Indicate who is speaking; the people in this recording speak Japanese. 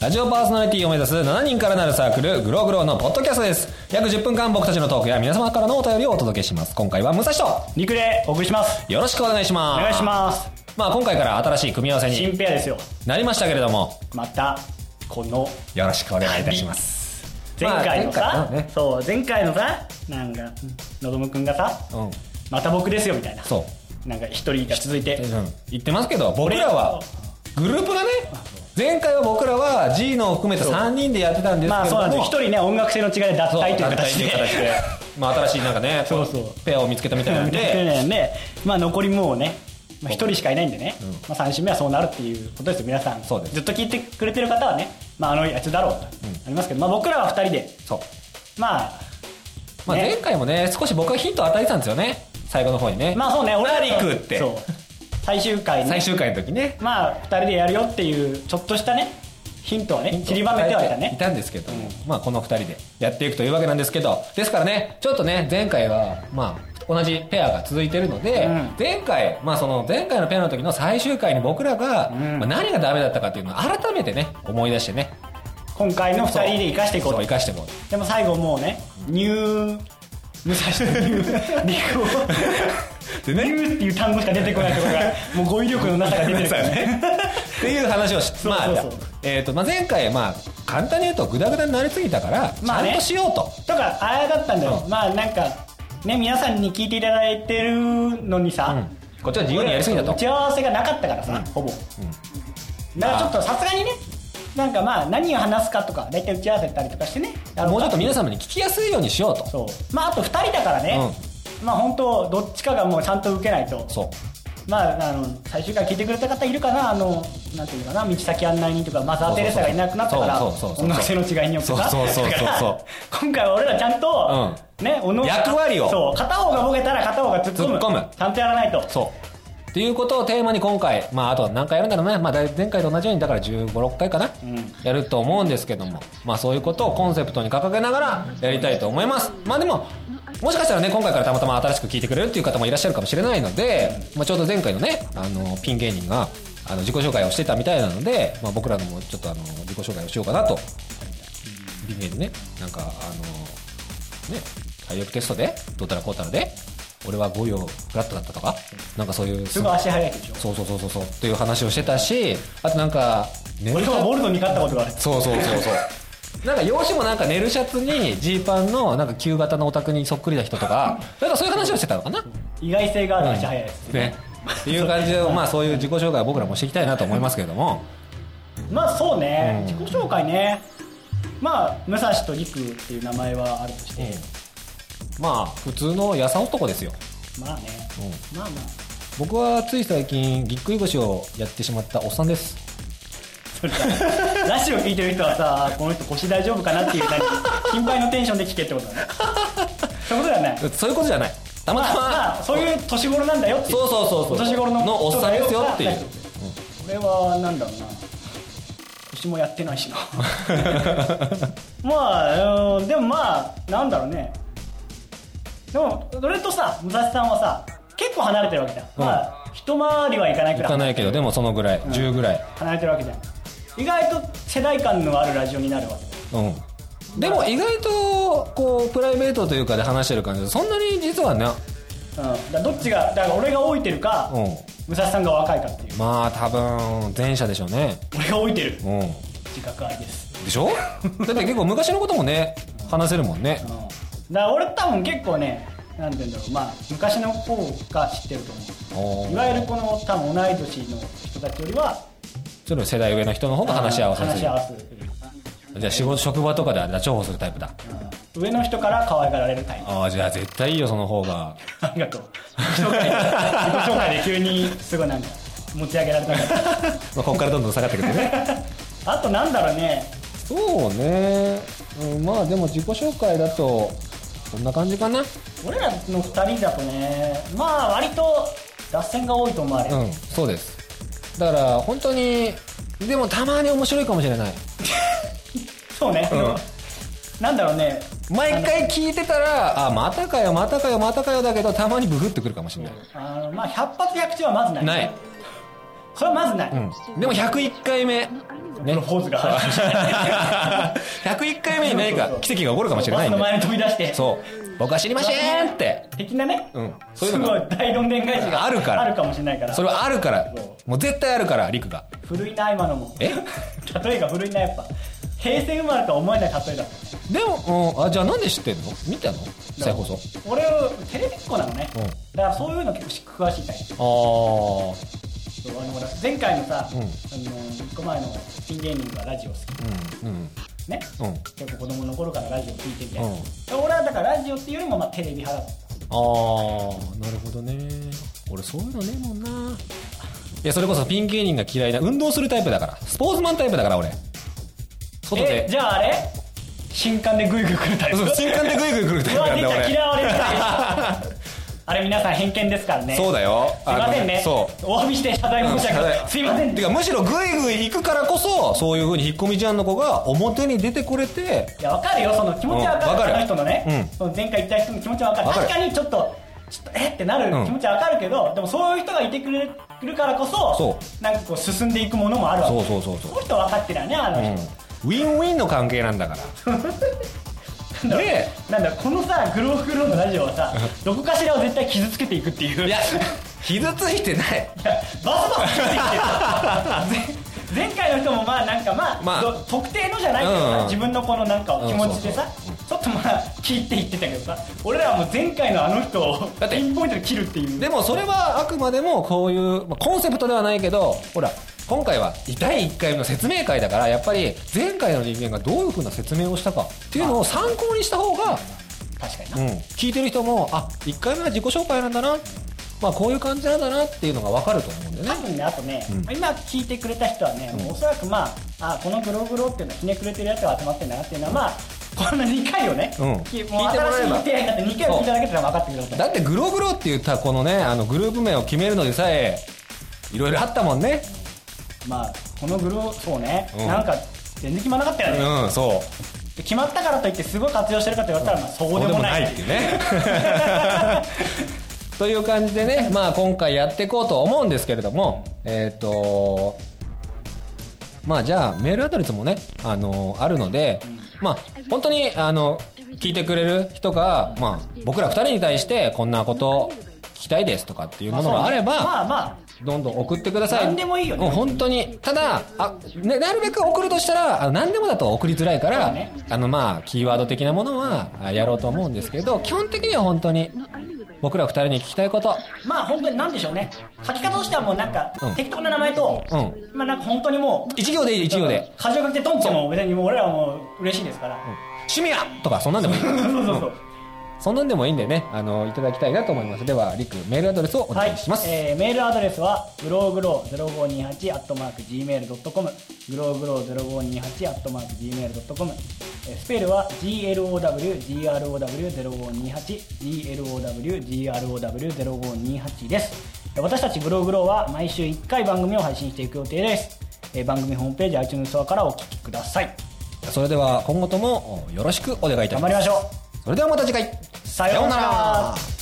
Speaker 1: ラジオパーソナリティを目指す7人からなるサークルグログロのポッドキャストです約10分間僕たちのトークや皆様からのお便りをお届けします今回は武蔵と
Speaker 2: 肉でお送りします
Speaker 1: よろしくお願いし
Speaker 2: お
Speaker 1: ます
Speaker 2: 願いします
Speaker 1: まあ今回から新しい組み合わせ
Speaker 2: 新
Speaker 1: に
Speaker 2: ペアですよ
Speaker 1: なりましたけれども
Speaker 2: またこの
Speaker 1: よろしくお願いいたします
Speaker 2: 前回
Speaker 1: まあ前
Speaker 2: のさ
Speaker 1: 回、のね
Speaker 2: そう前回のさなんかのどむくんがさ
Speaker 1: うん
Speaker 2: 「また僕ですよ」みたいな
Speaker 1: そう
Speaker 2: なんか一人が続いて
Speaker 1: うん言ってますけど僕らはグループがね前回は僕らは G のを含めた3人でやってたんですけれども
Speaker 2: まあそうなんですよ一人ね音楽性の違いで脱
Speaker 1: そう
Speaker 2: 退という
Speaker 1: 団体
Speaker 2: 形
Speaker 1: という
Speaker 2: で
Speaker 1: 形でまあ新しいなんかね
Speaker 2: そう そう
Speaker 1: ペアを見つけたみたいなんで
Speaker 2: ねねまあ残りもうねまあ一人しかいないんでね、まあ、3週目はそうなるっていうことですよ皆さん
Speaker 1: そうです
Speaker 2: ずっと聞いてくれてる方はね、まあ、あのやつだろうと、ありますけど、まあ、僕らは2人で
Speaker 1: そう
Speaker 2: まあ
Speaker 1: まあ
Speaker 2: ね
Speaker 1: 前回もね少し僕はヒントを与えてたんですよね最後の方にね
Speaker 2: まあそうね俺ら
Speaker 1: 何食うって
Speaker 2: そう最終回ね
Speaker 1: 最終回の時ね
Speaker 2: まあ2人でやるよっていうちょっとしたねヒントをね散りばめてはいた
Speaker 1: い
Speaker 2: ね
Speaker 1: たんですけども、まあこの2人でやっていくというわけなんですけどですからねちょっとね前回はまあ同じペアが続いてるので、
Speaker 2: うん
Speaker 1: 前回、まあ、その前回のペアの時の最終回に僕らが、
Speaker 2: ん
Speaker 1: まあ、何がダメだったかっていうのを改めてね思い出してね
Speaker 2: 今回の2人で生かしていこう
Speaker 1: そう
Speaker 2: と
Speaker 1: 生かしていこうと
Speaker 2: でも最後もうねニュー武蔵とニュー陸
Speaker 1: で
Speaker 2: を ニューっていう単語しか出てこないところがもう語彙力のなさが出てるからね
Speaker 1: っていう話をし
Speaker 2: う
Speaker 1: まあ
Speaker 2: そうそう
Speaker 1: えーとまあ、前回、まあ、簡単に言うとグダグダになりすぎたから、
Speaker 2: まあね
Speaker 1: ちゃんとしようと
Speaker 2: とかあれだったんだよまあなんかね皆さんに聞いていただいてるのにさ、
Speaker 1: うんこっちは自由にやりすぎだと
Speaker 2: 打ち合わせがなかったからさ、ほぼ、だからちょっとさすがにねなんかまあ何を話すかとか大体打ち合わせたりとかしてねやろ
Speaker 1: もうちょっ
Speaker 2: か
Speaker 1: と皆様に聞きやすいようにしようと
Speaker 2: そうまああと2人だからね、まあ本当どっちかがもうちゃんと受けないと
Speaker 1: そう
Speaker 2: まああの最終回聞いてくれた方いるかなあのなんていうのかな道先案内人とかマザー・テレサがいなくなったから
Speaker 1: そうそうそうそう
Speaker 2: 音楽性の違いによってさ
Speaker 1: そうそうそうそうそう
Speaker 2: だから今回は俺らちゃんと、ねおの
Speaker 1: 役割を
Speaker 2: そう片方がボケたら片方が突っ込む
Speaker 1: 突っ込む
Speaker 2: ちゃんとやらないと
Speaker 1: そうっていうことをテーマに今回、まあ、あと何回やるんだろうね、まあ、だい前回と同じようにだから1 5六6回かな、
Speaker 2: ん
Speaker 1: やると思うんですけども、まあ、そういうことをコンセプトに掲げながらやりたいと思いますまあでももしかしたらね今回からたまたま新しく聞いてくれるっていう方もいらっしゃるかもしれないので、まあ、ちょうど前回のねあのピン芸人があの自己紹介をしてたみたいなので、まあ、僕らのもちょっとあの自己紹介をしようかなとピン芸人ねなんかあのね、体力テストでどうたらこうたらで俺は5秒フラットだったとかなんかそういう
Speaker 2: すごい足速いでしょ
Speaker 1: そうそうそうそうそうっていう話をしてたしあとなんか寝
Speaker 2: 俺
Speaker 1: る
Speaker 2: とかボルトに勝ったことがある
Speaker 1: そうそうそうそう なんか容姿もなんか寝るシャツにジーパンのなんか旧型のお宅にそっくりな人と かなんかそういう話をしてたのかな
Speaker 2: 意外性がある足速いです、
Speaker 1: ねっていう感じ でまあそういう自己紹介を僕らもしていきたいなと思いますけれども
Speaker 2: まあそうね、
Speaker 1: うん
Speaker 2: 自己紹介ねまあ武蔵と陸っていう名前はあるとして、
Speaker 1: まあ普通のやさ男ですよ
Speaker 2: まあね、まあまあ
Speaker 1: 僕はつい最近ぎっくり腰をやってしまったおっさんです
Speaker 2: それさラジオ聞いてる人はさこの人腰大丈夫かなっていう何心配のテンションで聞けってことだね そういうことだよね
Speaker 1: そういうことじゃないたま
Speaker 2: まあ
Speaker 1: たま、
Speaker 2: まあそういう年頃なんだよってい
Speaker 1: そうそうそうそう
Speaker 2: お年頃の
Speaker 1: おっさんですよっていう
Speaker 2: 人だよこれはなんだろうな腰もやってないしな まあうんでもまあなんだろうねでも俺とさ武蔵さんはさ結構離れてるわけじゃん、まあ一回りはいかない
Speaker 1: 行
Speaker 2: くらい
Speaker 1: かないけどでもそのぐらい、10ぐらい
Speaker 2: 離れてるわけじゃん意外と世代間のあるラジオになるわけ
Speaker 1: うんでも意外とこうプライベートというかで話してる感じでそんなに実はね
Speaker 2: うん、だからどっちがだから俺が老いてるか、
Speaker 1: う
Speaker 2: 武蔵さんが若いかっていうん
Speaker 1: まあ多分前者でしょうね
Speaker 2: 俺が老いてる
Speaker 1: う
Speaker 2: 自覚ありです、
Speaker 1: んでし ょだって結構昔のこともね話せるもんね
Speaker 2: うん、だから俺多分結構ねなんて言うんだろうまあ昔の方が知ってると
Speaker 1: お
Speaker 2: 思う
Speaker 1: ー
Speaker 2: いわゆるこの多分同い年の人たちよりは
Speaker 1: それより世代上の人の方が話し合わせ
Speaker 2: 話
Speaker 1: す
Speaker 2: し
Speaker 1: る
Speaker 2: 合わせる
Speaker 1: じゃあ仕事職場とかであれだ重宝するタイプだ
Speaker 2: うん上の人から可愛がられるタイプ
Speaker 1: ああじゃあ絶対いいよその方が
Speaker 2: ありがとう自己紹介自己紹介で急にすごいなんか持ち上げられたから
Speaker 1: まあこっからどんどん下がってくるね
Speaker 2: あとなんだろうね
Speaker 1: そうね、うん、まあでも自己紹介だとこんな感じかな
Speaker 2: 俺らの2人だとねまあ割と脱線が多いと思われる、
Speaker 1: うんそうですだから本当にでもたまに面白いかもしれない
Speaker 2: そうね、
Speaker 1: うん
Speaker 2: なんだろうね
Speaker 1: 毎回聞いてたらあまたかよまたかよまたかよだけどたまにブフってくるかもしれない
Speaker 2: あのまあ百発百中はまずない
Speaker 1: ない
Speaker 2: それはまずない、
Speaker 1: うん、でも101回目、
Speaker 2: プ
Speaker 1: ね
Speaker 2: ロ、ポーズが話して
Speaker 1: 101回目に何か奇跡が起こるかもしれ
Speaker 2: バ
Speaker 1: ない
Speaker 2: ス
Speaker 1: ん
Speaker 2: の
Speaker 1: で
Speaker 2: 前に飛び出して
Speaker 1: そう僕は知りませんって、
Speaker 2: 的なね、
Speaker 1: うん、そうい
Speaker 2: す
Speaker 1: うの
Speaker 2: ごい
Speaker 1: が
Speaker 2: 大どんでん返しが
Speaker 1: あるから
Speaker 2: あるかもしれないから
Speaker 1: それはあるから
Speaker 2: そ
Speaker 1: もう絶対あるから陸が
Speaker 2: 古いな今のも
Speaker 1: え
Speaker 2: 例えが古いなやっぱ平成生まれとは思えない例えだ
Speaker 1: でも、うん、あじゃあなんで知ってんの見たの再放送
Speaker 2: 俺テレビっ子なのね、
Speaker 1: うん
Speaker 2: だからそういうの結構詳しいタイプ
Speaker 1: あ
Speaker 2: そうあのほら前回のさ、
Speaker 1: うん
Speaker 2: あの1個前のピン芸人がラジオ好
Speaker 1: あうんうん
Speaker 2: きね、
Speaker 1: うん
Speaker 2: 結構子供の頃からラジオ聞いてみたいな、
Speaker 1: うん
Speaker 2: 俺はだからラジオっていうよりもまあテレビ派だっ
Speaker 1: ああなるほどね俺そういうのねえもんないやそれこそピン芸人が嫌いな運動するタイプだからスポーツマンタイプだから俺
Speaker 2: た
Speaker 1: 外
Speaker 2: え
Speaker 1: で
Speaker 2: じゃああれ新刊でグイグイ来るタイプ
Speaker 1: そう新刊でグイグイ来るタイプなんだ
Speaker 2: うわ出た
Speaker 1: 俺
Speaker 2: 嫌われるタ
Speaker 1: イ
Speaker 2: あれ皆さん偏見ですからね
Speaker 1: そうだよ
Speaker 2: すいませんね
Speaker 1: そう
Speaker 2: お詫びして謝罪申し上げ
Speaker 1: うん謝
Speaker 2: ます、
Speaker 1: 罪
Speaker 2: すいません
Speaker 1: てかむしろグイグイ行くからこそそういうふうに引っ込み思案の子が表に出てくれて
Speaker 2: いや、わかるよ、その気持ちはわかる。
Speaker 1: うんわかる
Speaker 2: あの人のね、
Speaker 1: うん
Speaker 2: その前回言った人の気持ちはわかる。
Speaker 1: わかる
Speaker 2: 確かにちょっと、ちょっと、えってなる
Speaker 1: うん
Speaker 2: 気持ちはわかるけど、でもそういう人がいてくれるからこそ、
Speaker 1: そ
Speaker 2: なんかこう進んでいくものもあるわけ。
Speaker 1: そうそうそうそう
Speaker 2: この人は分かってるよね、あの人。
Speaker 1: うんウィンウィンの関係なんだから
Speaker 2: なんだろう
Speaker 1: ね
Speaker 2: なんだろうこのさ、グローグローのラジオはさ、どこかしらを絶対傷つけていくっていう。
Speaker 1: いや傷ついてない
Speaker 2: いや バスバス傷ついてるぜ前回の人もまあなんかまあ、
Speaker 1: まあ
Speaker 2: ど特定のじゃないけどさ、
Speaker 1: うんうん
Speaker 2: 自分のこのなんか気持ちでさ、ちょっとまあ聞いて言ってたけどさ俺らはもう前回のあの人を
Speaker 1: だって
Speaker 2: ピンポイントで切るっていう
Speaker 1: でもそれはあくまでもこういう、まあコンセプトではないけどほら今回は第1回目の説明会だからやっぱり前回の人間がどういうふうな説明をしたかっていうのを参考にした方が、
Speaker 2: 確かに
Speaker 1: うん、聞いてる人もあ1回目は自己紹介なんだな、まあ、こういう感じなんだなっていうのが分かると思うんだよ
Speaker 2: 多
Speaker 1: ね
Speaker 2: 分ねあとね、
Speaker 1: うん
Speaker 2: 今聞いてくれた人はね、もうおそらくまああこのグログロっていうのはひねくれてるやつが集まってんだなっていうのはまあこの2回をね、
Speaker 1: うん
Speaker 2: き
Speaker 1: 聞いて
Speaker 2: も
Speaker 1: もらえ
Speaker 2: う
Speaker 1: ば
Speaker 2: 新しい出会いだって2回を聞いただけで分かってください
Speaker 1: だってグログロって言ったこのねあのグループ名を決めるのでさえいろいろあったもんね
Speaker 2: まあこのグローそうね、
Speaker 1: うん
Speaker 2: なんか全然決まらなかったよね、
Speaker 1: うんそう
Speaker 2: で決まったからといってすごい活用してるかと言われたら、まあ、そうでもない
Speaker 1: そうでもないっていうね という感じでね、まあ、今回やっていこうと思うんですけれどもえっ、とまあじゃあメールアドレスもね、あのあるので、まあ本当にあの聞いてくれる人が、まあ、僕ら2人に対してこんなこと聞きたいですとかっていうものがあれば、
Speaker 2: まあまあ
Speaker 1: どんどん送ってください。
Speaker 2: 何でもいいよね
Speaker 1: うん本当に。ただ、あ、ね、なるべく送るとしたら、あの何でもだと送りづらいか
Speaker 2: そ
Speaker 1: ら、
Speaker 2: うね
Speaker 1: あの、まあ、キーワード的なものはあやろうと思うんですけど、基本的には本当に、僕ら二人に聞きたいこと、
Speaker 2: まあ本当に何でしょうね書き方としてはもうなんか、
Speaker 1: うん
Speaker 2: 適当な名前と、
Speaker 1: うん
Speaker 2: まあなんか本当にもう
Speaker 1: 一行でいい、一行で。
Speaker 2: 箇条書きでドンってもう別にもう俺らはもう嬉しいですから、
Speaker 1: 趣味はとか、そんなんでもいい。
Speaker 2: そうそうそう、
Speaker 1: そんなんでもいいんでね、あの、いただきたいなと思います。では、りく、メールアドレスをお願いします。
Speaker 2: えーメールアドレスはグローグロー0528アットマーク Gmail.com グローグロー0528アットマーク Gmail.com えースペルは GLOWGROW0528GLOWGROW0528 ですえー私たちグローグローは毎週1回番組を配信していく予定ですえー番組ホームページ iTunes ストアからお聞きください
Speaker 1: それでは、今後ともよろしくお願いいたし
Speaker 2: 頑張
Speaker 1: ま
Speaker 2: り
Speaker 1: す。
Speaker 2: ましょ
Speaker 1: それではまた次回。
Speaker 2: うさようなら